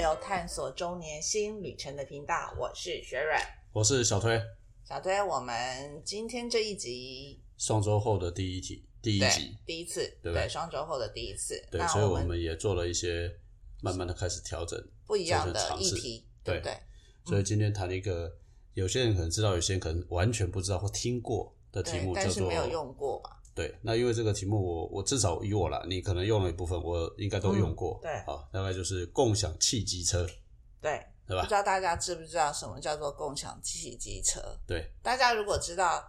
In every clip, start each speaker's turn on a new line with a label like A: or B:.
A: 有探索周年新旅程的频道，我是雪软
B: 我是小推。
A: 小推。我们今天这一集，
B: 上周后的第一集，第一
A: 对
B: 集，
A: 第一次，
B: 对不对
A: 对双周后的第一次，
B: 对，
A: 那
B: 所以
A: 我
B: 我们也做了一些慢慢的开始调整。
A: 不一样
B: 做
A: 的
B: 一
A: 议
B: 些尝试
A: 题，对嗯不对？
B: 所以今天谈一个，有些人可能知道，有些人可能完全不知道或听过的题
A: 对，
B: 目，叫
A: 但是
B: 做
A: 没有用过嘛，
B: 对，那因为这个题目我，我至少以我啦，你可能用了一部分，我应该都用过。
A: 嗯对
B: 好，大概就是共享汽机车，
A: 对，
B: 对
A: 不
B: 吧
A: 知？道大家知不知道什么叫做共享汽机车？
B: 对，
A: 大家如果知道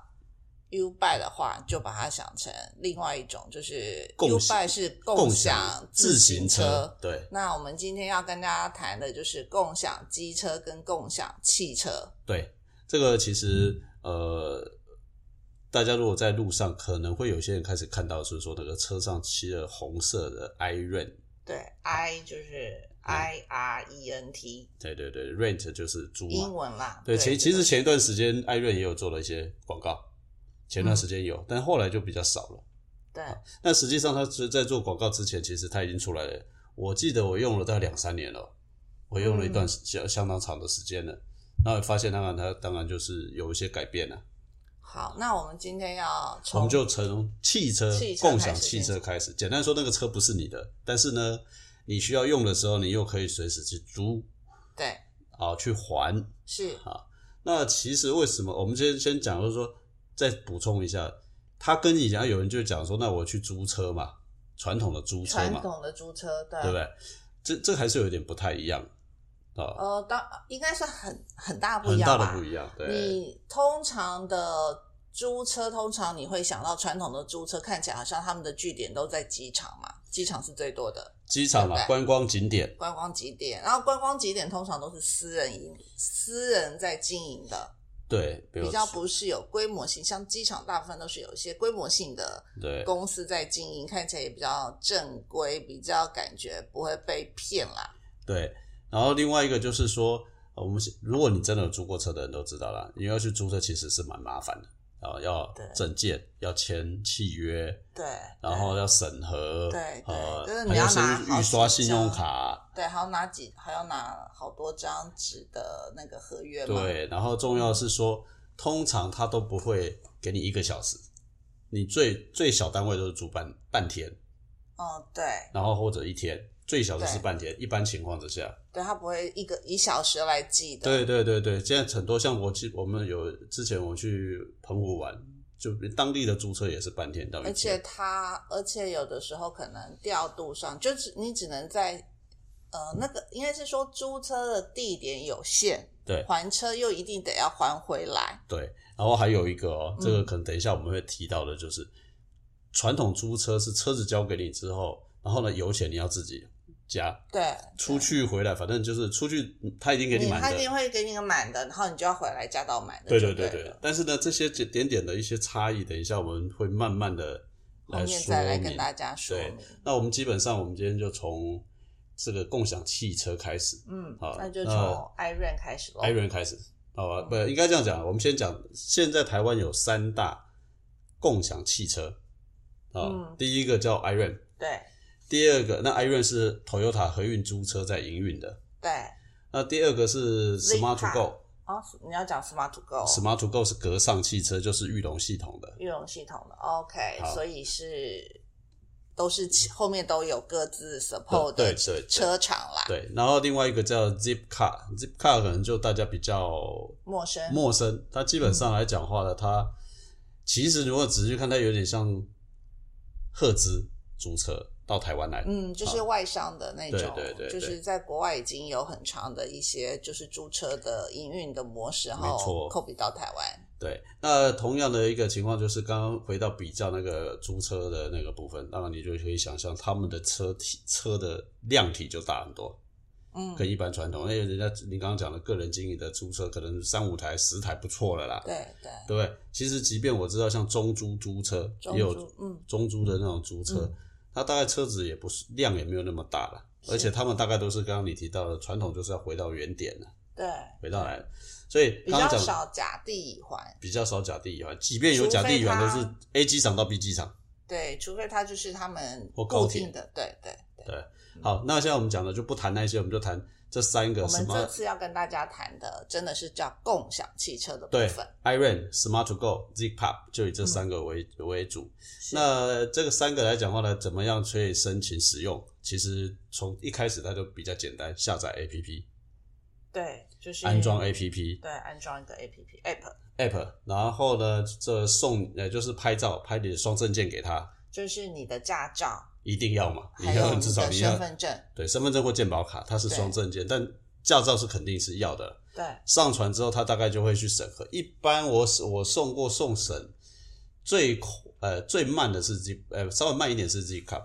A: U Bike 的话，就把它想成另外一种，就是
B: 共
A: U
B: 享
A: Bike 是
B: 共
A: 享
B: 自
A: 行
B: 行车，对
A: 那我们今天要跟大家谈的就是共享机车跟共享汽车。
B: 对，这个其实呃，大家如果在路上，可能会有些人开始看到，就是说那个车上漆了红色的 i r e n
A: 对，I 就是 I R E N T，、
B: 对对对，rent 就是租
A: 英
B: 嘛。
A: 文啦。
B: 对，其
A: 这
B: 其实
A: 个
B: 前一段时间艾瑞也有做了一些广告，前
A: 嗯
B: 段时间有，但后来就比较少了。
A: 对
B: 但实际上，他是在做广告之前，其实他已经出来了。我记得我用了大概两三年了，我用了一段
A: 嗯
B: 相相当长的时间了。然后发现，当然它当然就是有一些改变了。
A: 好，那我们今天要
B: 我
A: 从
B: 们就从汽车
A: 哦汽车
B: 共享
A: 开始
B: 汽车开始。简单说，那个车不是你的，但是呢，你需要用的时候，你又可以随时去租
A: 对
B: 啊，去还。
A: 是
B: 那其实为什么我们先先讲，就是说再补充一下，它跟以前有人就讲说，那我去租车嘛，传统的租车
A: 传
B: 嘛，
A: 统的租车，对
B: 对不对？这这还是有点不太一样啊，
A: 呃，当应该算很很大不一
B: 很
A: 样
B: 大
A: 吧
B: 的不。一样。对，
A: 你通常的租车，通常你会想到传统的租车，看起来好像他们的据点都在机场嘛，机场是最多的
B: 机场
A: 对
B: 嘛，
A: 不对
B: 观光景点，
A: 观光景点，然后观光景点通常都是私人营，私人在经营的，
B: 对，比如
A: 比较不是有规模性，像机场大部分都是有一些规模性的
B: 对
A: 公司在经营，看起来也比较正规，比较感觉不会被骗啦。
B: 对。然后另外一个就是说，呃我们是如果你真的有租过车的人都知道啦，你要去租车其实是蛮麻烦的啊，要
A: 对
B: 证件，要签契约，
A: 对，
B: 然后要审核，
A: 对对
B: 呃
A: 就是，你
B: 还
A: 要
B: 要先
A: 拿好
B: 预刷
A: 几
B: 信用
A: 张
B: 卡，
A: 对，还要拿几，还要拿好多张纸的那个合约嘛。
B: 对，然后重要是说，通常他都不会给你一个小时，你最最小单位都是主办半天，
A: 嗯，对，
B: 然后或者一天，最小的是
A: 对
B: 半天，一般情况之下，
A: 对，他不会一个一小时来记的。
B: 对对对对，现在很多像我记，我们有之前我去澎湖玩，就当地的租车也是半天到一
A: 而且
B: 天，
A: 他，而且有的时候可能调度上，就只你只能在呃那个应该是说租车的地点有限，
B: 对
A: 还车又一定得要还回来，
B: 对，然后还有一个哦，
A: 嗯
B: 这个可能等一下我们会提到的，就是、传统租车是车子交给你之后，然后呢油钱你要自己加，
A: 对，
B: 出去回来反正就是出去嗯他已经给
A: 你
B: 满
A: 他一定
B: 的，
A: 会给你个满的，然后你就要回来加到满的，
B: 对
A: 对
B: 对
A: 了
B: 对。但是呢，这些点点点的一些差异，等一下我们会慢慢的
A: 后
B: 来
A: 面
B: 说
A: 再来
B: 明
A: 跟。大家说
B: 对
A: 明，
B: 那我们基本上我们今天就从这个共享汽车开始，
A: 嗯
B: 好，
A: 那就
B: 那
A: 从艾润开始喽。
B: 艾伦开始，好吧？不，应该这样讲。我们先讲，现在台湾有三大共享汽车啊、
A: 嗯
B: 第一个叫艾润，
A: 对
B: 第二个那艾润是 Toyota 合运租车在营运的，
A: 对，
B: 那第二个是
A: Zika
B: Smart to Go，Smart
A: 哦，你要讲 Smart to Go
B: to Go 是格上汽车，就是裕隆系统的。
A: 运用系统的，OK，
B: 好
A: 所以是都是其后面都有各自 support 的
B: 对对对
A: 车厂啦，
B: 对，然后另外一个叫 Zip Car，Zip Car 可能就大家比较
A: 陌生，
B: 陌生。它基本上来讲话呢，它其实如果仔细看，它有点像赫兹租车到台湾来。
A: 嗯，就是外商的那种，
B: 对对对对
A: 就是在国外已经有很长的一些就是租车的营运的模式，然
B: 没
A: 后
B: 错
A: copy 到台湾，
B: 对，那同样的一个情况就是刚刚回到比较那个租车的那个部分，当然你就可以想象他们的车体车的量体就大很多，
A: 嗯，
B: 跟一般传统，因为人家你刚刚讲的个人经营的租车，可能三五台、十台不错了啦。
A: 对对，
B: 对不对，其实即便我知道像中租租车
A: 中
B: 也有
A: 租嗯
B: 中租的那种租车，
A: 嗯
B: 它大概车子也不是量也没有那么大了，
A: 是
B: 而且他们大概都是刚刚你提到的传统，就是要回到原点了，
A: 对，
B: 回到来了，所以
A: 比
B: 刚刚
A: 较
B: 讲
A: 少甲地乙还，
B: 比较少甲地乙烷，即便有甲地乙
A: 除非
B: 烷，都
A: 它
B: 是 A 机场到 B 机场，
A: 对，除非他就是他们
B: 或
A: 固
B: 高铁
A: 定的，对对对，
B: 对，好，那现在我们讲的就不谈那些，我们就谈这三个
A: 我们这
B: smart
A: 次要跟大家谈的真的是叫共享汽车的部
B: 对
A: 分。
B: ，Iron、Smart to Go、Zipop 就以这三个为、为主。那这个三个来讲的话呢，怎么样可以申请使用？其实从一开始它就比较简单，下载 APP，
A: 对，就是
B: 安装 APP
A: 对，安装一个 A P P app，
B: app，然后呢，这送呃就是拍照，拍你的双证件给他，
A: 就是你的驾照，
B: 一定要嘛，你
A: 还有
B: 要
A: 你
B: 至少
A: 的
B: 你
A: 身
B: 要
A: 份证。
B: 对身份证或健保卡，它是
A: 对
B: 双证件，但驾照是肯定是要的。
A: 对，
B: 上传之后，他大概就会去审核。一般我我送过送审，最呃最慢的是 G 呃稍微慢一点是 G Cup，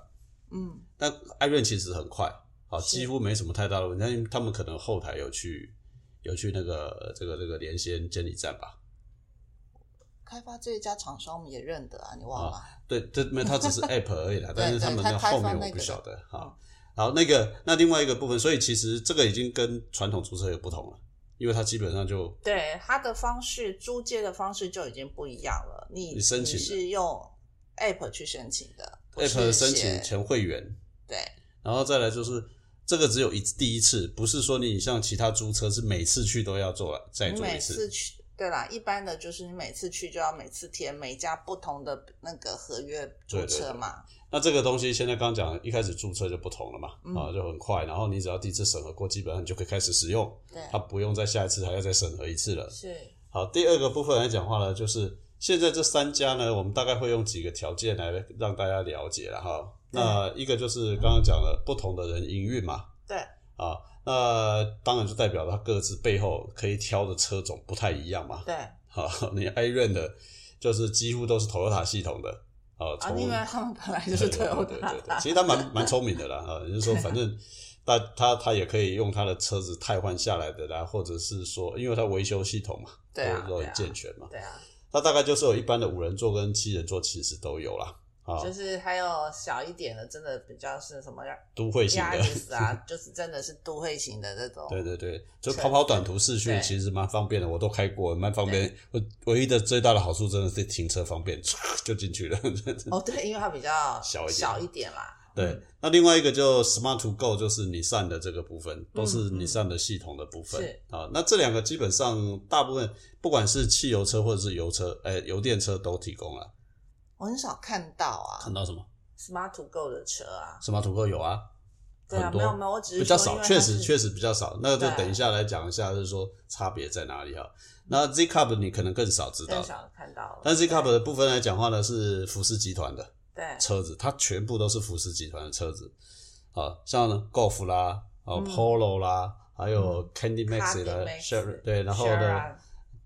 A: 嗯，
B: 但艾润其实很快，好
A: 是
B: 几乎没什么太大的问题。但他们可能后台有去有去那个呃这个这个连线监理站吧？
A: 开发这一家厂商我们也认得啊，你忘了？
B: 对，这没有 它只是 App 而已啦，但是
A: 对
B: 他们
A: 它
B: 那
A: 开
B: 后
A: 放
B: 面
A: 那
B: 我
A: 个
B: 不
A: 的
B: 晓得
A: 嗯
B: 好，好，那个那另外一个部分，所以其实这个已经跟传统租车有不同了，因为它基本上就
A: 对，它的方式租借的方式就已经不一样了。你
B: 你申请的
A: 是用 app 去申请的不是
B: App 申请
A: 写
B: 前会员，
A: 对
B: 然后再来就是这个只有一第一次，不是说你像其他租车是每次去都要做了再
A: 你
B: 做一
A: 每
B: 次。
A: 次去，对啦，一般的就是你每次去就要每次填每一家不同的那个合约租
B: 对对
A: 车
B: 对
A: 嘛，
B: 那这个东西现在刚讲一开始注册就不同了嘛，
A: 嗯
B: 啊就很快，然后你只要第一次审核过，基本上你就可以开始使用，
A: 对，
B: 它不用再下一次还要再审核一次了。
A: 是
B: 好，第二个部分来讲话呢，就是现在这三家呢，我们大概会用几个条件来让大家了解了哈。那一个就是刚刚讲了不同的人营运嘛，
A: 嗯对，
B: 啊，那当然就代表他各自背后可以挑的车种不太一样嘛。
A: 对啊，
B: 好，你 i r o n 的，就是几乎都是 Toyota 系统的，啊，从
A: 因为他们本来就
B: 对
A: 是
B: 对
A: 退
B: 对
A: 欧
B: 对
A: 的
B: 对，对其实他蛮蛮聪明的啦，啊，也就是说反正他他他也可以用他的车子汰换下来的啦，或者是说，因为他维修系统嘛，
A: 对啊
B: 都都
A: 对
B: 很
A: 啊
B: 健全嘛，
A: 对啊，
B: 他大概就是有一般的五人座跟七人座其实都有啦，啊，
A: 就是还有小一点的，真的比较是什么呀
B: 都会型
A: 亚
B: 的
A: 里。斯 啊，就是真的是都会型的这种，
B: 对对对，就
A: 确
B: 跑跑短途视
A: 对
B: 讯其实蛮方便的，我都开过，蛮方便。我唯一的最大的好处真的是停车方便，就进去了。
A: 哦对，因为它比较
B: 小一点
A: 小一点啦，嗯
B: 对，那另外一个就 Smart to Go，就是你上的这个部分，都是你上的系统的部分
A: 嗯是
B: 啊。那这两个基本上大部分不管是汽油车或者是油车，哎、油电车都提供了。
A: 我很少看到啊
B: 看到什么
A: ，Smart to Go 的车啊，
B: ？Smart to Go 有啊，
A: 对啊，
B: 很多
A: 没有没有，我只是
B: 比较
A: 说
B: 少，
A: 因为
B: 确
A: 它
B: 实
A: 是
B: 确实比较少。那就
A: 对啊
B: 等一下来讲一下，就是说差别在哪里哈。那 Z Cup 你可能更少知道
A: 更，少看到了，
B: 但 Z Cup 的部分来讲话呢，是福斯集团的。
A: 对
B: 车子，它全部都是福斯集团的车子啊，像 Golf 啦，啊、
A: 嗯
B: Polo 啦，还有 Candy Max
A: Caddy
B: 的
A: Max
B: Sher
A: 啊
B: 对，然后
A: Sierra
B: 呢，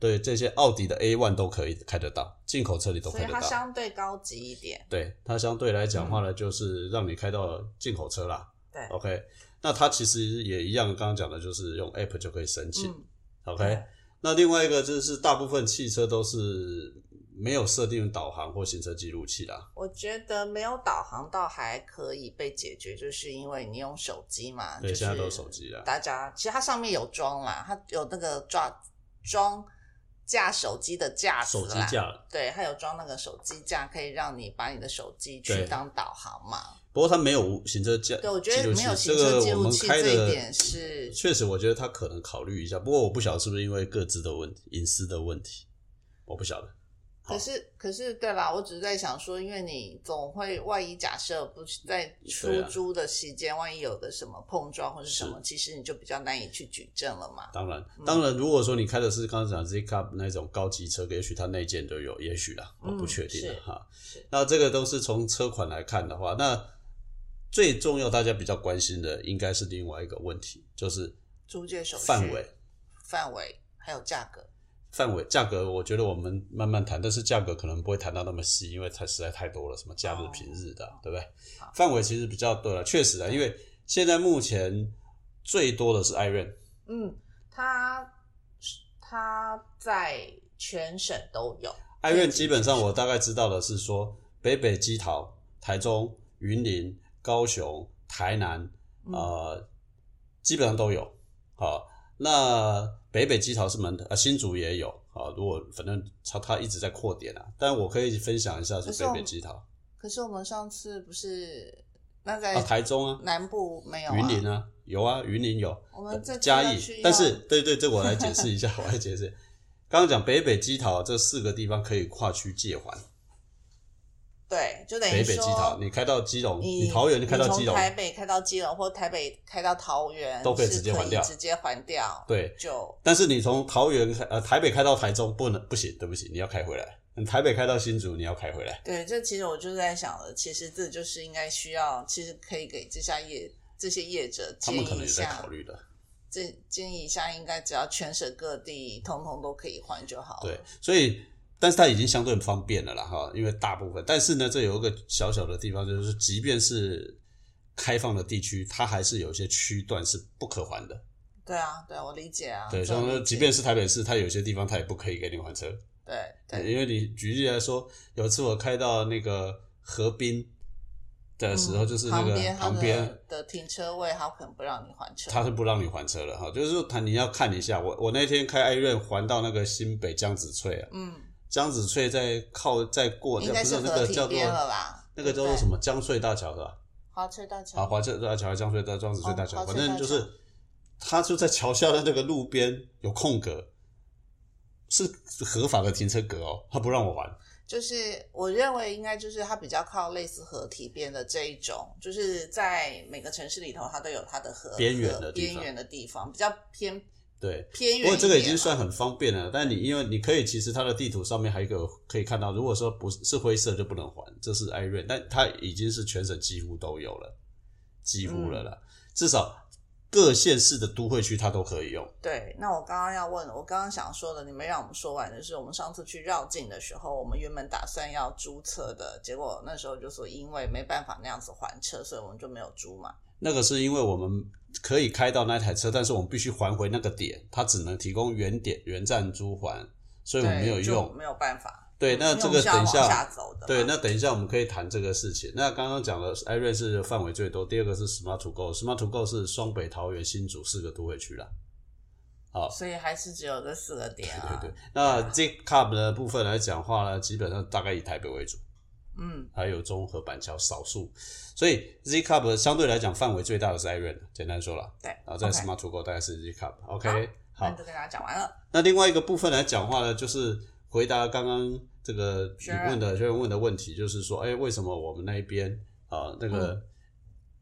B: 对这些奥迪的 A One 都可以开得到，进口车你都
A: 所
B: 开
A: 以
B: 得
A: 它
B: 到。
A: 相对高级一点，
B: 对它相对来讲话呢，就是让你开到进口车啦。
A: 对
B: OK，那它其实也一样，刚刚讲的就是用 App 就可以申请。
A: 嗯，
B: OK，那另外一个就是大部分汽车都是没有设定导航或行车记录器啦。
A: 我觉得没有导航倒还可以被解决，就是因为你用手机嘛，
B: 对
A: 就是
B: 现在都手机啦啊
A: 大家其实它上面有装啦，它有那个抓装架手机的架子
B: 手机
A: 啦，
B: 架
A: 对，它有装那个手机架，可以让你把你的手机去
B: 对
A: 当导航嘛。
B: 不过它没有行车记，
A: 对，我觉
B: 记
A: 得
B: 录
A: 没有
B: 器
A: 行车记
B: 这个
A: 录
B: 我们
A: 器
B: 开
A: 一
B: 的
A: 点是，
B: 确实，我觉得他可能考虑一下。不过我不晓得是不是因为各自的问题、隐私的问题，我不晓得。
A: 可是可是对啦，我只是在想说，因为你总会万一假设不是在出
B: 对啊
A: 租的期间，万一有个什么碰撞或是什么，其实你就比较难以去举证了嘛。
B: 当然，当然，如果说你开的是刚刚讲的 Z Cup 那种高级车，也许它内件就有，也许啦，我
A: 嗯
B: 不确定了
A: 是
B: 啊哈
A: 是。
B: 那这个都是从车款来看的话，那最重要大家比较关心的应该是另外一个问题，就是
A: 租借手续
B: 范围。
A: 范围还有价格，
B: 范围价格，我觉得我们慢慢谈，但是价格可能不会谈到那么细，因为它实在太多了，什么假日
A: 哦、
B: 平日的，对不对
A: 好？
B: 范围其实比较对了，确实啊，因为现在目前最多的是 Iron，
A: 嗯，它它在全省都有。
B: Iron 基本上我大概知道的是说，北北基桃、台中、云林、高雄、台南，呃，基本上都有。好，那北北基桃是蛮，呃，新竹也有啊。如果反正它它一直在扩点啊，但我可以分享一下是
A: 可是
B: 北
A: 我
B: 北
A: 们
B: 基桃。
A: 可是我们上次不是那在
B: 啊，台中啊，
A: 南部没有、啊，
B: 云林啊，有啊，云林有。
A: 我们这
B: 嘉
A: 这个
B: 义
A: 区，
B: 但
A: 要
B: 是对对，这我来解释一下，我来解释。刚刚讲北北基桃这四个地方可以跨区界环，
A: 对，就等于
B: 北北基桃，
A: 说
B: 你开到基隆，
A: 你
B: 你桃园就开到
A: 你
B: 基隆
A: 从，台北开到基隆，或台北开到桃园，
B: 都可以
A: 是
B: 直接还掉
A: 直接还掉，
B: 对。
A: 就
B: 但是你从桃园开呃台北开到台中不能不行，对不起，你要开回来。你台北开到新竹，你要开回来。
A: 对。这其实我就在想了，其实这就是应该需要，其实可以给这下业这些业者
B: 他
A: 建
B: 们可
A: 议
B: 能
A: 一
B: 也在
A: 下
B: 考，虑的，
A: 这建议一下，应该只要全省各地通通都可以还就好了。
B: 对，所以但是它已经相对方便了啦哈，因为大部分，但是呢，这有一个小小的地方，就是即便是开放的地区，它还是有一些区段是不可还的。
A: 对啊，对啊，我理解啊。
B: 对，
A: 这我
B: 像
A: 理
B: 说
A: 解
B: 即便是台北市，它有些地方它也不可以给你还车，
A: 对
B: 对，
A: 对
B: 因为你举例来说，有一次我开到那个河滨的时候，
A: 嗯
B: 就是那个
A: 旁边它
B: 旁边
A: 的。的停车位，他可能不让你还车。
B: 它是不让你还车了哈，就是说它你要看一下。我我那天开艾润还到那个新北江子翠啊，
A: 嗯，
B: 江子翠在靠在过，
A: 应
B: 不
A: 该
B: 是哦那
A: 合
B: 个
A: 体
B: 叫做
A: 边了啦，
B: 那个叫做什么江穗大桥是吧？
A: 华翠大桥
B: 啊，华翠大桥、江穗大、庄子穗大桥，
A: 哦
B: 反正
A: 华
B: 就
A: 翠
B: 是
A: 大桥
B: 它就在桥下的那个路边有空格，是合法的停车格哦，他不让我玩。
A: 就是我认为应该就是它比较靠类似河堤边的这一种，就是在每个城市里头，它都有它的河
B: 边缘的地
A: 边
B: 方
A: 缘的地方，比较偏
B: 对，
A: 偏远
B: 不
A: 一点啊。
B: 过这个已经算很方便了。但你因为你可以，其实它的地图上面还有一个可以看到，如果说不是是灰色就不能还，这是艾瑞，但它已经是全省几乎都有了，几乎了啦，
A: 嗯
B: 至少各县市的都会区它都可以用。
A: 对。那我刚刚要问，我刚刚想说的，你没让我们说完，就是我们上次去绕境的时候，我们原本打算要租车的，结果那时候就说因为没办法那样子还车，所以我们就没有租嘛。
B: 那个是因为我们可以开到那台车，但是我们必须还回那个点，它只能提供原点原站租还，所以我们没有
A: 对就
B: 用。
A: 没有办法。
B: 对，那
A: 因为
B: 这
A: 我
B: 个
A: 们是要
B: 等一
A: 往下走的嘛。
B: 对，那等一下我们可以谈这个事情。那刚刚讲的艾瑞是范围最多，第二个是 Smart to Go，Smart to Go 是双北、桃园、新竹四个都会区啦。好，
A: 所以还是只有这四个点啊。
B: 对对。那 Z Cup 的部分来讲话呢，基本上大概以台北为主，
A: 嗯，
B: 还有综合板桥少数，所以 Z Cup 相对来讲范围最大的是艾瑞，简单说了。
A: 对。
B: 然后在
A: OK
B: Smart to Go 大概是 Z Cup。
A: 好
B: OK，
A: 那
B: 好
A: 就。跟大家讲完了。
B: 那另外一个部分来讲话呢，就是回答刚刚这个你
A: 确认
B: 问的确认问的问题，就是说，哎，为什么我们那一边啊、那个、
A: 嗯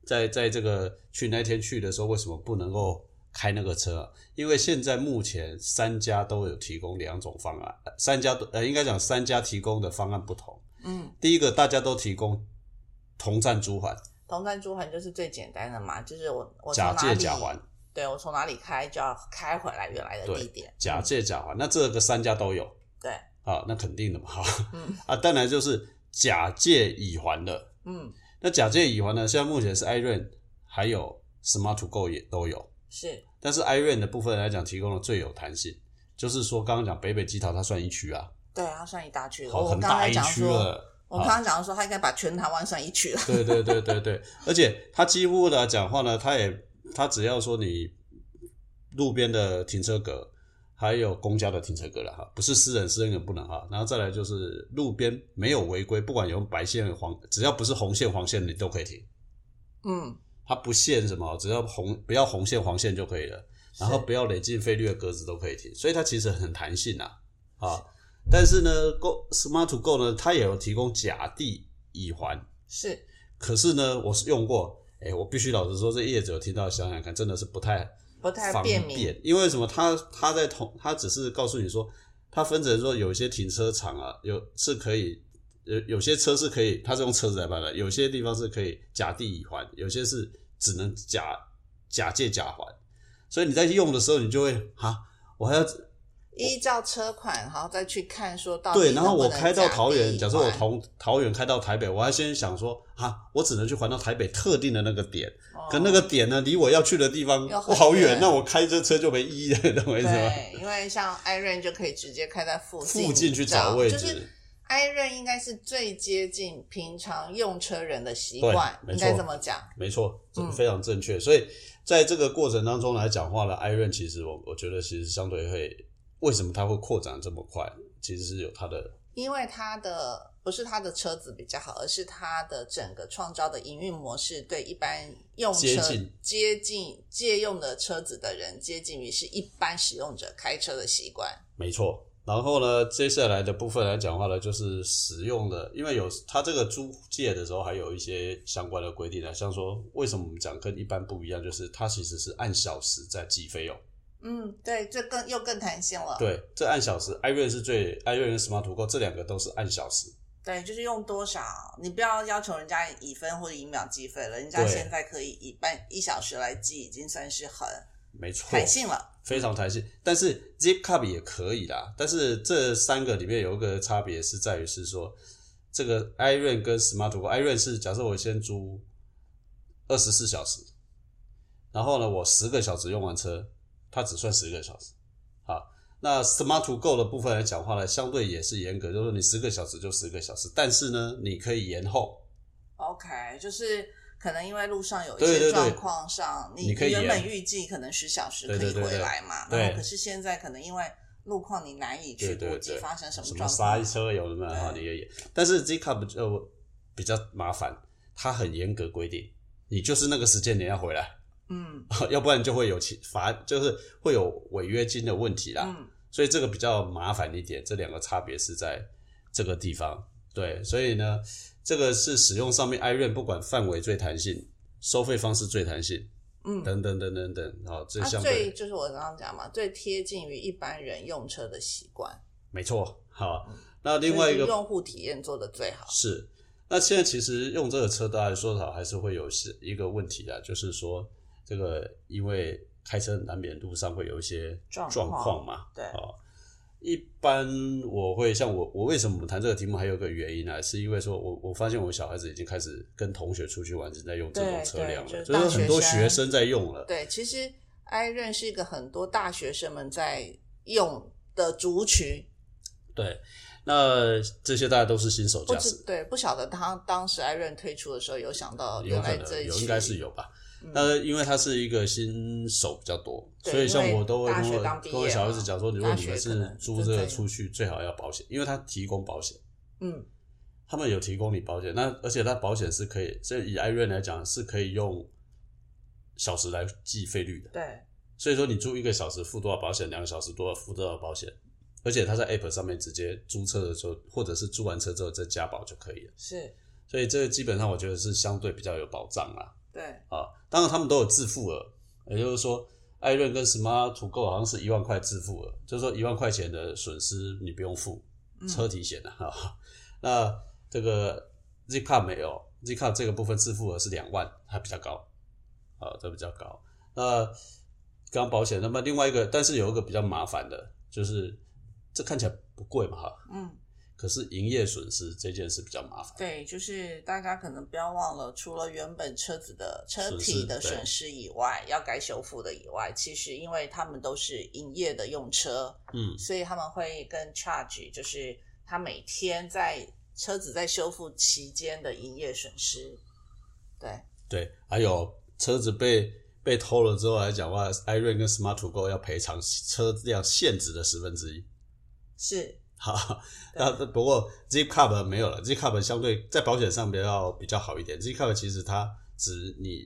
B: 在在这个去那天去的时候，为什么不能够开那个车啊、因为现在目前三家都有提供两种方案，呃三家都呃应该讲三家提供的方案不同。
A: 嗯，
B: 第一个，大家都提供同站租还，
A: 同站租还就是最简单的嘛，就是我我从
B: 假
A: 哪
B: 借
A: 里
B: 假还，
A: 对我从哪里开就要开回来原来的地点。
B: 假借假还，那这个三家都有。
A: 嗯对，
B: 啊，那肯定的嘛，哈，
A: 嗯
B: 啊，当然就是假借已还的。
A: 嗯，
B: 那假借已还呢，现在目前是 iRent 还有 Smart to Go 也都有，
A: 是
B: 但是 iRent 的部分来讲提供了最有弹性，就是说刚刚讲北北基桃它算一区啊，
A: 对，它算一大区。
B: 好，
A: 我
B: 很
A: 刚哦刚
B: 大
A: 才
B: 一
A: 讲
B: 区
A: 说，
B: 了。
A: 我刚刚讲说，他应该把全台湾算一区了。
B: 对对对对对，而且它几乎来讲话呢，它也它只要说你路边的停车格，还有公家的停车格了哈，不是私人，私人也不能哈。然后再来就是路边没有违规，不管有白线黄，只要不是红线黄线你都可以停，
A: 嗯，
B: 它不限什么，只要红不要红线黄线就可以了，然后
A: 是
B: 不要累进费率的格子都可以停，所以它其实很弹性啊啊。但是呢，Go Smart to Go 呢，它也有提供甲地乙还。
A: 是
B: 可是呢，我是用过，哎、我必须老实说，这业者听到想想看，真的是不太
A: 不太
B: 方
A: 便
B: 便，
A: 民。
B: 因为什么？他他在同他只是告诉你说，他分成说有一些停车场啊，有是可以。有有些车是可以，它是用车子来办的；有些地方是可以假地乙还，有些是只能假假借假还。所以你在用的时候，你就会啊，我还要
A: 依照车款，然后再去看说到底
B: 对，然
A: 啊
B: 后
A: 能不
B: 我
A: 能
B: 开到
A: 假
B: 桃园，
A: 地哦
B: 假设我
A: 还
B: 从桃园开到台北，我还先想说啊，我只能去还到台北特定的那个点，
A: 哦
B: 可那个点呢，离我要去的地方
A: 又
B: 我
A: 很
B: 好远
A: 远，
B: 那我开这车就没意义了，懂我意思吗？
A: 对，因为像艾瑞就可以直接开在附近
B: 附近去找位
A: 就是
B: 置，
A: 艾润应该是最接近平常用车人的习
B: 对
A: 惯，
B: 没
A: 应
B: 错
A: 该这么讲。
B: 没错，这
A: 嗯
B: 非常正确。所以在这个过程当中来讲话呢，艾润其实我我觉得其实相对会，为什么它会扩展这么快，其实是有它的
A: 因为它的不是它的车子比较好，而是它的整个创造的营运模式对一般用车
B: 接近
A: 接近借用的车子的人接近于是一般使用者开车的习惯。
B: 没错。然后呢，接下来的部分来讲的话呢，就是使用的，因为有它这个租借的时候还有一些相关的规定啊，像说为什么我们讲跟一般不一样，就是它其实是按小时在计费用。
A: 嗯，对，这更又更弹性了。
B: 对，这按小时，iRent 是最 iRent 跟 Smart To Go 这两个都是按小时。
A: 对，就是用多少，你不要要求人家以分或者以秒计费了，人家
B: 对
A: 现在可以以半一小时来计，已经算是很
B: 没错，
A: 弹性了。
B: 非常弹性。但是 Zip Cup 也可以啦，但是这三个里面有一个差别是在于是说，这个 Iron 跟 Smart w o Iron 是假设我先租二十四小时，然后呢我十个小时用完车，它只算十个小时。好，那 Smart to Go 的部分来讲话呢，相对也是严格，就是说你十个小时就十个小时，但是呢你可以延后。
A: OK，就是可能因为路上有一
B: 对
A: 些
B: 对对
A: 状况上，
B: 你可以
A: 你原本
B: 延
A: 预计可能十小时
B: 对
A: 可
B: 对
A: 以
B: 对
A: 回
B: 对
A: 来嘛，
B: 对
A: 然后可是现在可能因为路况你难以去
B: 对对
A: 估计
B: 对
A: 发生什
B: 什
A: 状
B: 么
A: 况
B: 刹。车有没有哈？
A: 对
B: 你也也，但是 Z Cup 就呃比较麻烦，它很严格规定，你就是那个时间点要回来，
A: 嗯
B: 要不然就会有其罚，就是会有违约金的问题啦。
A: 嗯，
B: 所以这个比较麻烦一点，这两个差别是在这个地方。对，所以呢，这个是使用上面 Iron 不管范围最弹性，收费方式最弹性，
A: 嗯
B: 等等等等等，好，这
A: 它
B: 相对、
A: 啊最就是我刚刚讲嘛，最贴近于一般人用车的习惯，
B: 没错。好，那另外
A: 嗯
B: 一
A: 所
B: 个
A: 以用户体验做的最好。
B: 是，那现在其实用这个车，当然说好还是会有是一个问题啊，就是说这个因为开车难免路上会有一些
A: 状
B: 状
A: 况
B: 况嘛，
A: 对
B: 哦。一般我会像我，我为什么谈这个题目，还有个原因呢、啊是因为说我我发现我小孩子已经开始跟同学出去玩，已经在用这种
A: 对
B: 车
A: 对
B: 辆
A: 就
B: 了，
A: 是
B: 就是
A: 大
B: 很
A: 学
B: 多
A: 生
B: 学生在用了。
A: 对，其实 i r o n 是一个很多大学生们在用的族群，
B: 对，那这些大家都是新手
A: 不
B: 驾
A: 知
B: 驶，
A: 对不晓得他当时 i r o n 推出的时候有想到
B: 有
A: 原
B: 可
A: 哦来
B: 能
A: 这
B: 有
A: 群
B: 应该是有吧。
A: 嗯
B: 那因为他是一个新手比较多，
A: 对
B: 所以像我都会
A: 因
B: 跟
A: 为大学
B: 我
A: 刚毕业
B: 跟我小孩子讲说，
A: 嘛
B: 如果你
A: 大
B: 们
A: 学可
B: 是
A: 能
B: 租这个出去，最好要保险，因为他提供保险，
A: 嗯
B: 他们有提供你保险，那而且他保险是可以，所以以艾瑞来讲是可以用小时来计费率的，
A: 对
B: 所以说你租一个小时付多少保险，两个小时多少付多少保险，而且他在 app 上面直接租车的时候，或者是租完车之后再加保就可以了，
A: 是，
B: 所以这个基本上我觉得是相对比较有保障啦。
A: 对
B: 啊，当然他们都有自付额，也就是说，艾润跟 Smart to Go 好像是一万块自付额，就是说一万块钱的损失你不用付
A: 嗯
B: 车体险的哈。 那这个 Z Car 没有，Z Car 这个部分自付额是两万，它比较高，啊，这比较高。那刚保险，那么另外一个，但是有一个比较麻烦的，就是这看起来不贵嘛哈，
A: 嗯
B: 可是营业损失这件事比较麻烦。
A: 对，就是大家可能不要忘了，除了原本车子的车
B: 损
A: 体
B: 失
A: 的
B: 对
A: 损失以外，要该修复的以外，其实因为他们都是营业的用车，
B: 嗯，
A: 所以他们会跟 charge，就是他每天在车子在修复期间的营业损失。对，
B: 对，还有车子被被偷了之后来讲的话，iRent 跟 Smart to Go 要赔偿车辆现值的十分之一。
A: 是，
B: 好，
A: 对
B: 那不过 Zip Cup 没有了，Zip Cup 相对在保险上比较比较好一点。Zip Cup 其实它只你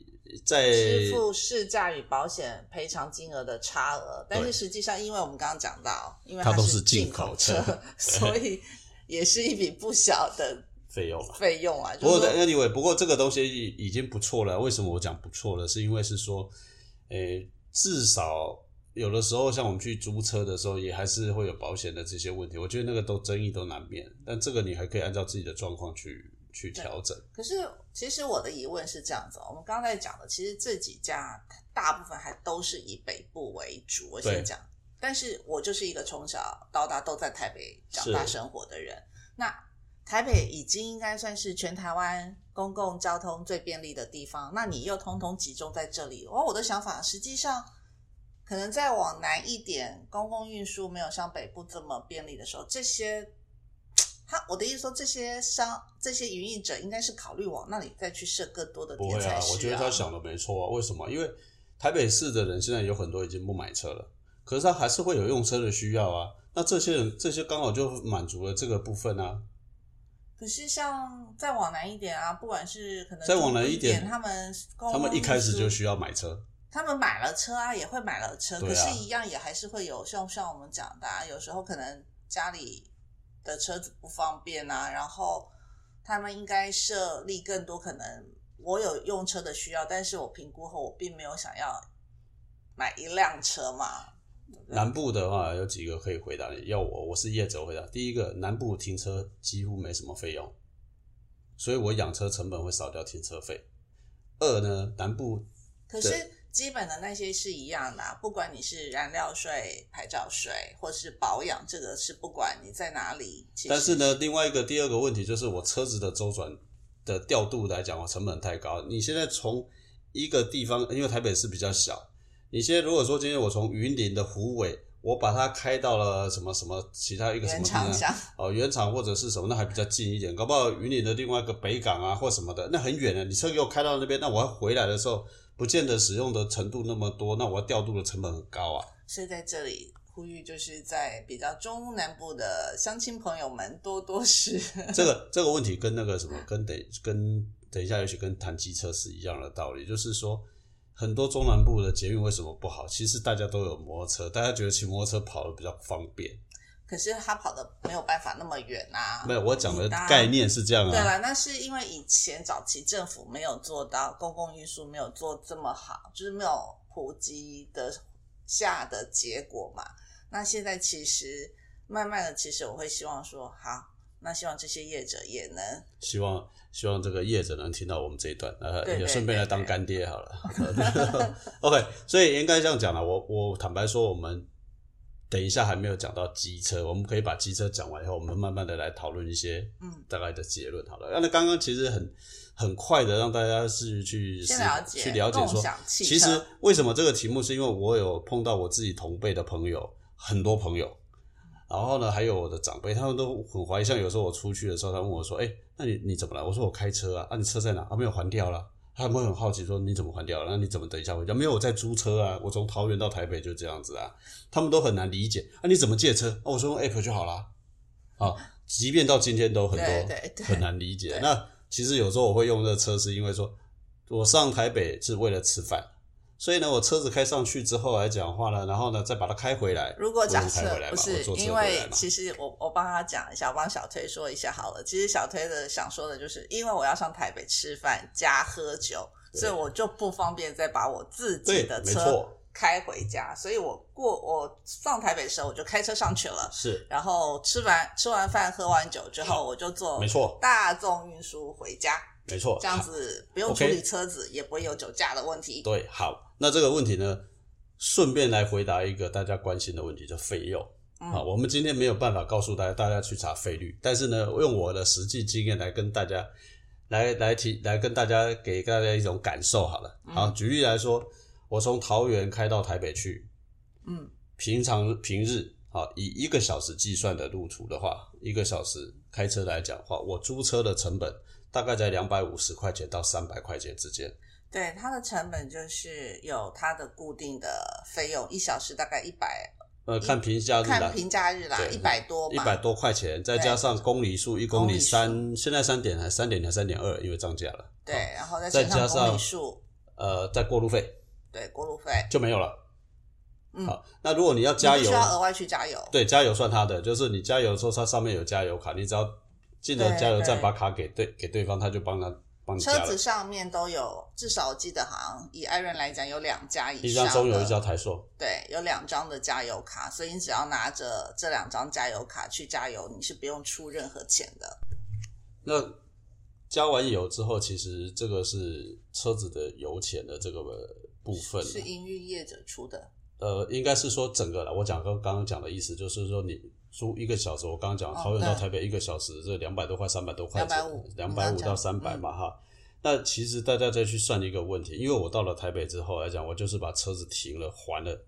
B: 在
A: 支付市价与保险赔偿金额的差额，但是实际上，因为我们刚刚讲到，因为
B: 它都
A: 是
B: 是进
A: 进口
B: 口车
A: 所以也是一笔不小的
B: 费用嘛。
A: 费用啊。
B: 不过呃
A: 就是说
B: anyway，不过这个东西已已经不错了。为什么我讲不错了？是因为是说，诶、至少有的时候像我们去租车的时候，也还是会有保险的这些问题。我觉得那个都争议都难免，但这个你还可以按照自己的状况去去调整。
A: 可是其实我的疑问是这样子哦，我们刚才讲的，其实这几家大部分还都是以北部为主。我先
B: 对
A: 讲，但是我就是一个从小到大都在台北长大
B: 是
A: 生活的人，那台北已经应该算是全台湾公共交通最便利的地方，那你又通通集中在这里，哦，我的想法实际上。可能再往南一点，公共运输没有像北部这么便利的时候，这些，他我的意思说，这些商这些营运者应该是考虑往那里再去设更多的
B: 不
A: 点
B: 会
A: 才
B: 啊
A: 是、，
B: 我觉得他想的没错啊。为什么？因为台北市的人现在有很多已经不买车了，可是他还是会有用车的需要啊。那这些人这些刚好就满足了这个部分啊。
A: 可是像再往南一点啊，不管是可能
B: 再往南
A: 中部
B: 一
A: 一点，
B: 点
A: 他们公
B: 他
A: 共
B: 们一开始
A: 运输
B: 就需要买车，
A: 他们买了车啊，也会买了车，
B: 对
A: 可
B: 啊
A: 是一样也还是会有像像我们讲的、啊，有时候可能家里的车子不方便啊，然后他们应该设立更多可能我有用车的需要，但是我评估后我并没有想要买一辆车嘛，
B: 南部的话有几个可以回答你，要我我是业者回答。第一个，南部停车几乎没什么费用，所以我养车成本会少掉停车费。二呢，南部
A: 可是
B: 对
A: 基本的那些是一样的、啊，不管你是燃料税、牌照税或是保养，这个是不管你在哪里，其实
B: 但是呢，另外一个第二个问题就是我车子的周转的调度来讲，我成本太高。你现在从一个地方，因为台北市比较小，你现在如果说今天我从云林的虎尾，我把它开到了什么什么其他一个什
A: 原
B: 么地
A: 厂
B: 方，
A: 想
B: 哦，原厂或者是什么，那还比较近一点，搞不好云林的另外一个北港啊或什么的，那很远的，你车给我开到那边，那我要回来的时候，不见得使用的程度那么多，那我要调度的成本很高啊。
A: 所以在这里呼吁，就是在比较中南部的乡亲朋友们多多试。
B: 这个这个问题跟那个什么，跟等跟等一下，也许跟谈机车是一样的道理，就是说，很多中南部的捷运为什么不好？其实大家都有摩托车，大家觉得骑摩托车跑的比较方便。
A: 可是他跑的没有办法那么远啊。
B: 没有，我讲的
A: 你搭
B: 概。念是这样
A: 对
B: 啊。
A: 啦，那是因为以前早期政府没有做到公共运输没有做这么好，就是没有普及的下的结果嘛。那现在其实慢慢的，其实我会希望说，好，那希望这些业者也能
B: 希望希望这个业者能听到我们这一段，呃，
A: 对对
B: 也顺便来
A: 对
B: 当
A: 对
B: 干爹好 了。OK，所以应该这样讲了。我我坦白说，我们等一下还没有讲到机车，我们可以把机车讲完以后，我们慢慢的来讨论一些
A: 嗯
B: 大概的结论好了。那刚刚其实很很快的让大家是去
A: 先了解
B: 去了解
A: 共
B: 说
A: 享，汽车
B: 其实为什么这个题目，是因为我有碰到我自己同辈的朋友，很多朋友，然后呢还有我的长辈，他们都很怀疑。像有时候我出去的时候，他问我说：“哎、那你你怎么了？”我说：“我开车啊，啊你车在哪？啊没有还掉了。”他们会很好奇说：“你怎么还掉了？那你怎么等一下回家？没有，我在租车啊，我从桃园到台北就这样子啊。”他们都很难理解啊，你怎么借车？啊，我说用 app 就好啦。啊，即便到今天都很多
A: 对对对
B: 很难理解
A: 对。
B: 那其实有时候我会用这个车，是因为说我上台北是为了吃饭，所以呢，我车子开上去之后来哎讲话呢，然后呢再把它开回来。
A: 如果假设
B: 我用开回来
A: 不
B: 嘛，
A: 是
B: 我坐车
A: 因
B: 回来
A: 为
B: 嘛。
A: 其实我我帮他讲一下，我帮小推说一下好了。其实小推的想说的就是，因为我要上台北吃饭加喝酒，
B: 对
A: 所以我就不方便再把我自己
B: 对
A: 的，
B: 没
A: 车
B: 错，
A: 开回家，所以我过我上台北的时候我就开车上去了，
B: 是
A: 然后吃完吃完饭喝完酒之后，我就坐
B: 嗯没错，
A: 大众运输回家，
B: 没错。
A: 这样子不用处
B: OK
A: 理车子，也不会有酒驾的问题。
B: 对，好，那这个问题呢，顺便来回答一个大家关心的问题，就费用。
A: 嗯
B: 啊，我们今天没有办法告诉大家，大家去查费率，但是呢，用我的实际经验来跟大家来来提来跟大家给大家一种感受好了。
A: 嗯
B: 好，举例来说，我从桃园开到台北去，
A: 嗯，
B: 平常平日啊，以一个小时计算的路途的话，一个小时开车来讲的话，我租车的成本大概在两百五十块钱到三百块钱之间。
A: 对，它的成本就是有它的固定的费用，一小时大概一百，
B: 呃，看平假日
A: 看
B: 来
A: 平假日啦，
B: 对
A: 一百多
B: 一
A: 嘛，
B: 百多块钱，再
A: 对
B: 加上公里数，一公
A: 公里
B: 里
A: 数
B: 三，现在三点还三点还三点二，因为涨价了。
A: 对，然后再
B: 哦再
A: 乘上
B: 加上
A: 公里数，
B: 呃，再过路费
A: 对，过路费，
B: 就没有了。
A: 嗯
B: 好，那如果你要加
A: 你不
B: 油
A: 需，要额外去加油，
B: 对，加油算他的，就是你加油的时候，它上面有加油卡，你只要进了
A: 对
B: 加油站
A: 对
B: 把卡给对给对方，他就帮他帮你加
A: 车
B: 了
A: 子。上面都有，至少我记得好像以艾润来讲有两家以
B: 一
A: 上
B: 张
A: 的，
B: 中油，一张台塑，
A: 对，有两张的加油卡，所以你只要拿着这两张加油卡去加油，你是不用出任何钱的。
B: 那加完油之后，其实这个是车子的油钱的这个部分啊
A: 是营运业者出的，
B: 呃，应该是说整个了。我讲刚刚刚讲的意思就是说，你租一个小时，我刚刚讲
A: 哦
B: 桃园到
A: 对
B: 台北一个小时，这两百多块、三百多块钱
A: 250，
B: 两
A: 你
B: 百
A: 刚
B: 五到
A: 讲
B: 三百嘛哈。那其实大家再去算一个问题，因为我到了台北之后来讲，我就是把车子停了，还了，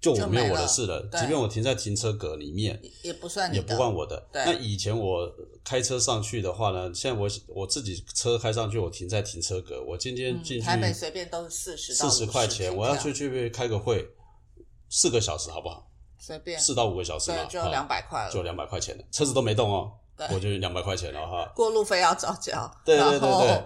B: 就
A: 就
B: 我没有
A: 没
B: 我的
A: 了
B: 事了。
A: 对
B: 即便我停在停车格里面，
A: 也也不算你
B: 也
A: 的，
B: 不换我的。
A: 对
B: 那以前我开车上去的话呢，现在我我自己车开上去，我停在停车格，我今天
A: 嗯
B: 进去
A: 台北随便都是40到
B: 四十块钱，
A: 50
B: 我要去去开个会，四个小时好不好？
A: 随便，
B: 四到五个小时嘛
A: 对，，就
B: 好
A: 两百块
B: 就
A: 了。
B: 两百块钱了，车子都没动哦
A: 对，
B: 我就两百块钱了哈。
A: 过路费要照交，
B: 对对对
A: 然后
B: 对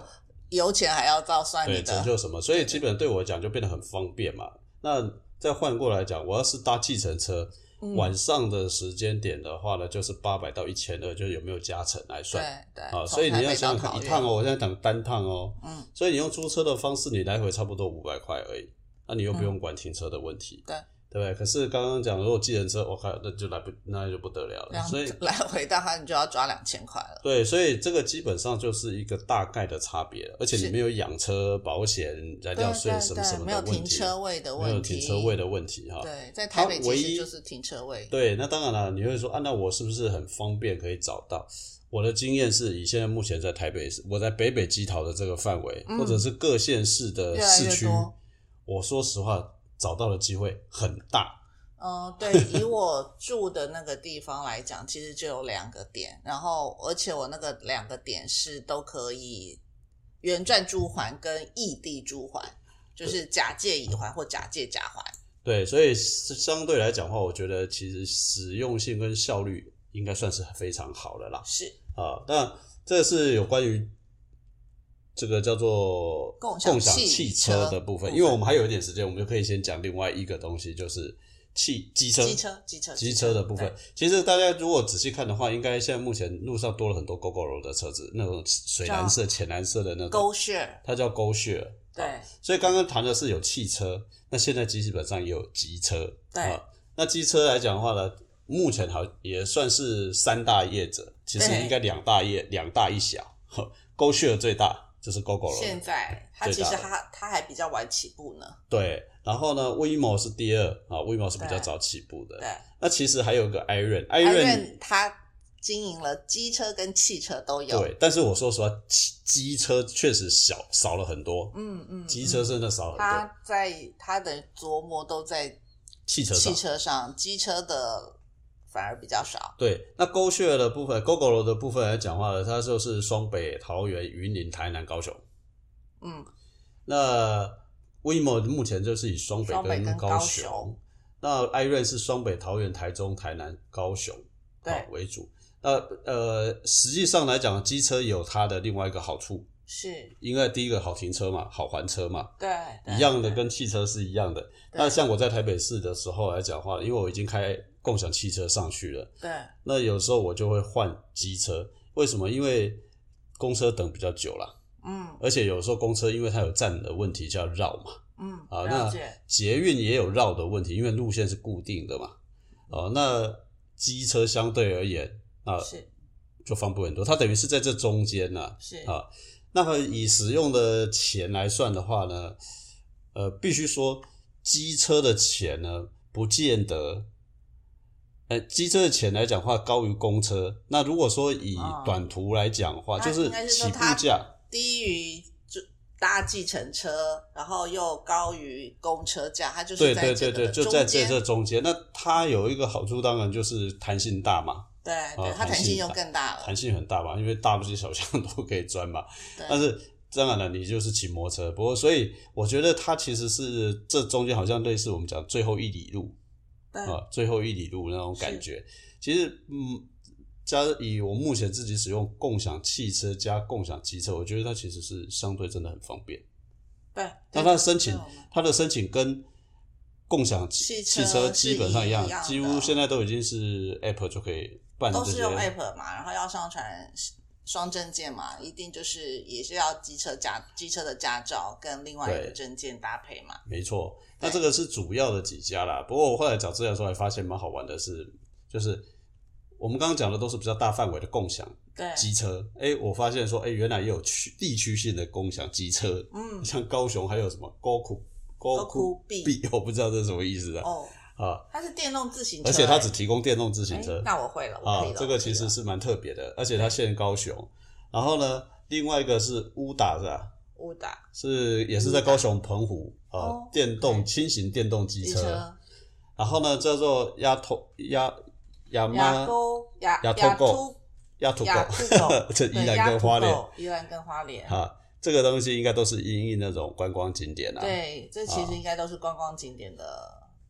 A: 油钱还要照算你
B: 对，
A: 的
B: 拯。救什么？所以基本上对我来讲就变得很方便嘛。那再换过来讲，我要是搭计程车，
A: 嗯
B: 晚上的时间点的话呢，就是八百到一千二，就是有没有加成来算
A: 对对，
B: 啊。
A: 从
B: 所以你
A: 台
B: 要
A: 北
B: 想
A: 到
B: 想
A: 桃
B: 看，一
A: 园
B: 趟哦，我现在讲单趟哦，
A: 嗯，
B: 所以你用租车的方式，你来回差不多五百块而已，那你又不用管停车的问题，
A: 嗯对
B: 对不对？可是刚刚讲，如果计程车，我靠，那就来不，那就不得了了。
A: 两
B: 呃所以
A: 来回到他，你就要抓两千块了。
B: 对，所以这个基本上就是一个大概的差别了，而且
A: 是
B: 你没有养车、保险、燃料税什么什么
A: 没有
B: 的问
A: 停
B: 题，
A: 车位的问
B: 没
A: 题，
B: 有停车位的问题哈。
A: 对，在
B: 它
A: 台北其
B: 唯
A: 实
B: 一
A: 就是停车位。
B: 对，那当然了，你会说啊，那我是不是很方便可以找到？我的经验是以现在目前在台北市，我在北北基桃的这个范围，
A: 嗯
B: 或者是各县市的
A: 越来
B: 市
A: 越
B: 区
A: 多，
B: 我说实话，找到的机会很大。
A: 嗯，对，以我住的那个地方来讲，其实就有两个点，然后而且我那个两个点是都可以原转珠环跟异地珠环，就是假借乙环或假借甲环。
B: 对，所以相对来讲的话，我觉得其实实用性跟效率应该算是非常好的啦。
A: 是，
B: 啊，那这是有关于这个叫做
A: 共享
B: 共享
A: 汽
B: 汽
A: 车
B: 车的部
A: 部
B: 分，
A: 分
B: 因为我们还有一点时间，我们就可以先讲另外一个东西，就是汽机车。
A: 机车，机车，
B: 机车的部分
A: 对，，
B: 其实大家如果仔细看的话，应该现在目前路上多了很多 GoGo 的车子，那种水蓝色、浅蓝色的那种，
A: 勾 share，
B: 它叫 Go Share。
A: 对，
B: 所以刚刚谈的是有汽车，那现在基本上也有机车。
A: 对
B: 啊，那机车来讲的话呢，目前好也算是三大业者，其实
A: 对
B: 应该两大业，两大一小。呵 Go Share 最大，就是 GoGo
A: 现
B: 了。
A: 在它
B: 最
A: 其
B: 大
A: 实
B: 的
A: 它它还比较晚起步呢，
B: 对，然后呢，WeMo 是第二啊，WeMo 是比较
A: 对
B: 早起步的。
A: 对。
B: 那其实还有一个 Iron，Iron
A: Iron 它经营了机车跟汽车都有。
B: 对，但是我说实话，机机车确实小少了很多，
A: 嗯嗯，
B: 机车
A: 嗯
B: 真的少很多，
A: 它在它的琢磨都在
B: 汽车少
A: 汽。车上，机车的反而比较少。
B: 对，那 GoShare 的部分，GoGo 的部分来讲话呢，它就是双北、桃园、云林、台南、高雄。
A: 嗯，
B: 那 WeMo 目前就是以双北
A: 双北跟
B: 高
A: 高
B: 雄，
A: 雄
B: 那 iRan 是双北、桃园、台中、台南、高雄
A: 对
B: 好为主。那呃，实际上来讲，机车有它的另外一个好处，
A: 是
B: 因为第一个好停车嘛，好还车嘛，
A: 对，对
B: 一样的
A: 对
B: 跟汽车是一样的。
A: 对
B: 那像我在台北市的时候来讲话，因为我已经开共享汽车上去了。
A: 对
B: 那有时候我就会换机车，为什么？因为公车等比较久啦，
A: 嗯
B: 而且有时候公车因为它有站的问题叫绕嘛，
A: 嗯
B: 啊，
A: 了
B: 那
A: 解
B: 捷运也有绕的问题，因为路线是固定的嘛，啊，那机车相对而言啊
A: 是
B: 就方便很多，它等于是在这中间呐、
A: 是
B: 啊，那么以使用的钱来算的话呢，呃，必须说机车的钱呢，不见得，呃，机车的钱来讲话高于公车。那如果说以
A: 哦
B: 短途来讲的话，
A: 那
B: 啊就
A: 应该是
B: 起
A: 说
B: 步
A: 它
B: 价，
A: 低于就搭计程车，然后又高于公车价，它就是
B: 对对
A: 在
B: 对
A: 这
B: 对，
A: 个
B: 就
A: 中
B: 在
A: 间，
B: 这这中间。那它有一个好处，当然就是弹性大嘛，
A: 对对，
B: 啊
A: 它
B: 弹
A: 弹
B: 性
A: 性又
B: 大
A: 更大了
B: 弹。性很大嘛，因为大路些小巷都可以钻嘛。
A: 对
B: 但是当然了，你就是骑摩托车。不过，所以我觉得它其实是这中间好像类似我们讲最后一里路
A: 对
B: 啊，最后一里路那种感觉。其实，嗯，加以我目前自己使用共享汽车加共享机车，我觉得它其实是相对真的很方便。
A: 对，对
B: 那它的申请
A: 对我们，
B: 它的申请跟共享汽
A: 汽车
B: 车基本上一样
A: 是一样，的
B: 几乎现在都已经是 App 就可以办这
A: 都是
B: 些。
A: 用 app 嘛，然后要上传双证件嘛，一定就是也是要机车驾机车的驾照跟另外一个
B: 对
A: 证件搭配嘛。
B: 没错，
A: 对
B: 那这个是主要的几家啦。不过我后来找资料的时候还发现蛮好玩的是，就是我们刚刚讲的都是比较大范围的共享
A: 对，
B: 机车。哎、我发现说，哎、原来也有区地区性的共享机车，
A: 嗯，
B: 像高雄还有什么高库高
A: 库
B: 币
A: 币，
B: 我不知道这是什么意思啊、
A: 哦，
B: 啊！
A: 它是电动自行车欸，
B: 而且它只提供电动自行车
A: 哎，那我会了，我可以
B: 啊
A: 了。，
B: 这
A: 我可以
B: 个其实
A: 了
B: 是蛮特别的，而且它现高雄。然后呢，另外一个是乌打是吧？
A: 误打
B: 是也是在高雄澎湖啊、
A: 哦
B: 电动
A: 对
B: 轻型电动机
A: 机
B: 车，然后呢叫做丫头丫丫
A: 牙
B: 妈
A: 沟牙
B: 牙
A: 牙
B: 狗
A: 突
B: 丫土
A: 牙兔
B: 狗
A: 狗，
B: 这
A: 对
B: 宜兰
A: 鸭
B: 跟
A: 兔
B: 花莲
A: 狗宜兰跟花莲。
B: 啊，这个东西应该都是因应那种观光景点啊。
A: 对，这其
B: 啊
A: 实应该都是观光景点的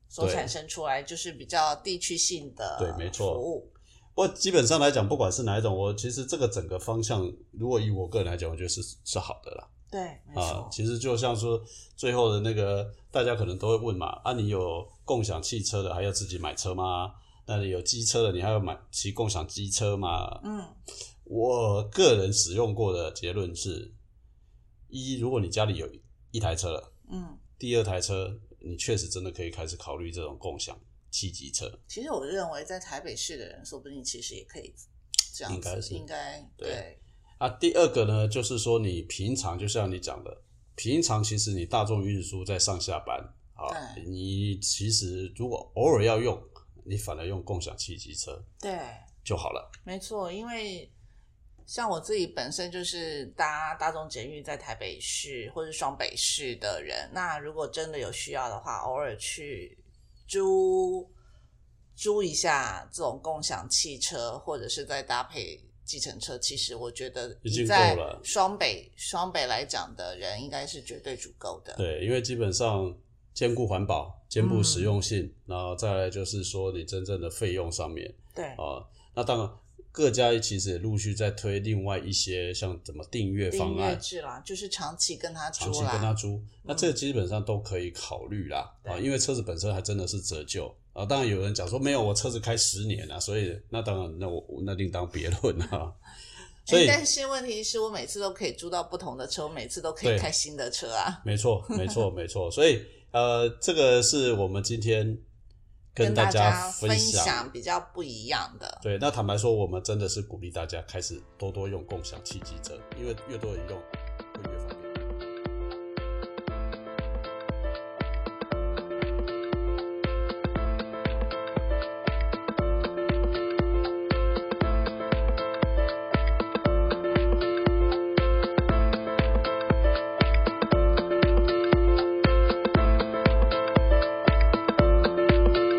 A: 所
B: 对
A: 产生出来，就是比较地区性的
B: 对没错
A: 服务。
B: 不过基本上来讲，不管是哪一种，我其实这个整个方向，如果以我个人来讲，我觉得是是好的啦。
A: 对，没
B: 啊
A: 错，，
B: 其实就像说最后的那个，大家可能都会问嘛，啊，你有共享汽车的，还要自己买车吗？那你有机车的，你还要买骑共享机车吗？
A: 嗯，
B: 我个人使用过的结论是：一，如果你家里有一台车了，
A: 嗯，
B: 第二台车，你确实真的可以开始考虑这种共享汽机车。
A: 其实我认为在台北市的人，说不定其实也可以这样子，
B: 应该是
A: 应该
B: 对
A: 对，
B: 啊，第二个呢，就是说你平常就像你讲的，平常其实你大众运输在上下班啊，
A: 对
B: 你其实如果偶尔要用，你反而用共享汽机车
A: 对，
B: 就好了。
A: 没错，因为像我自己本身就是搭大众捷运在台北市或是双北市的人，那如果真的有需要的话，偶尔去租租一下这种共享汽车，或者是再搭配。计程车其实我觉得
B: 已经够
A: 在
B: 了
A: 双北双北来讲的人应该是绝对足够的。
B: 对，因为基本上兼顾环保，兼顾实用性，
A: 嗯
B: 然后再来就是说你真正的费用上面
A: 对
B: 啊，那当然各家其实也陆续在推另外一些像怎么订阅
A: 订
B: 方
A: 阅
B: 案，啊
A: 制啦，就是长期跟他
B: 长
A: 租
B: 期跟他
A: 啦，
B: 租，那这基本上都可以考虑啦、
A: 嗯对
B: 啊，因为车子本身还真的是折旧啊。当然有人讲说没有，我车子开十年啊，所以那当然那我那另当别论啊。 所
A: 诶
B: 以
A: 但是问题是我每次都可以租到不同的车，我每次都可以
B: 对
A: 开新的车啊。
B: 没错，没错，没错。所以呃，这个是我们今天
A: 跟
B: 大
A: 家
B: 分
A: 享比较不一样的。
B: 对，那坦白说，我们真的是鼓励大家开始多多用共享汽机车，因为越多人用会越方便。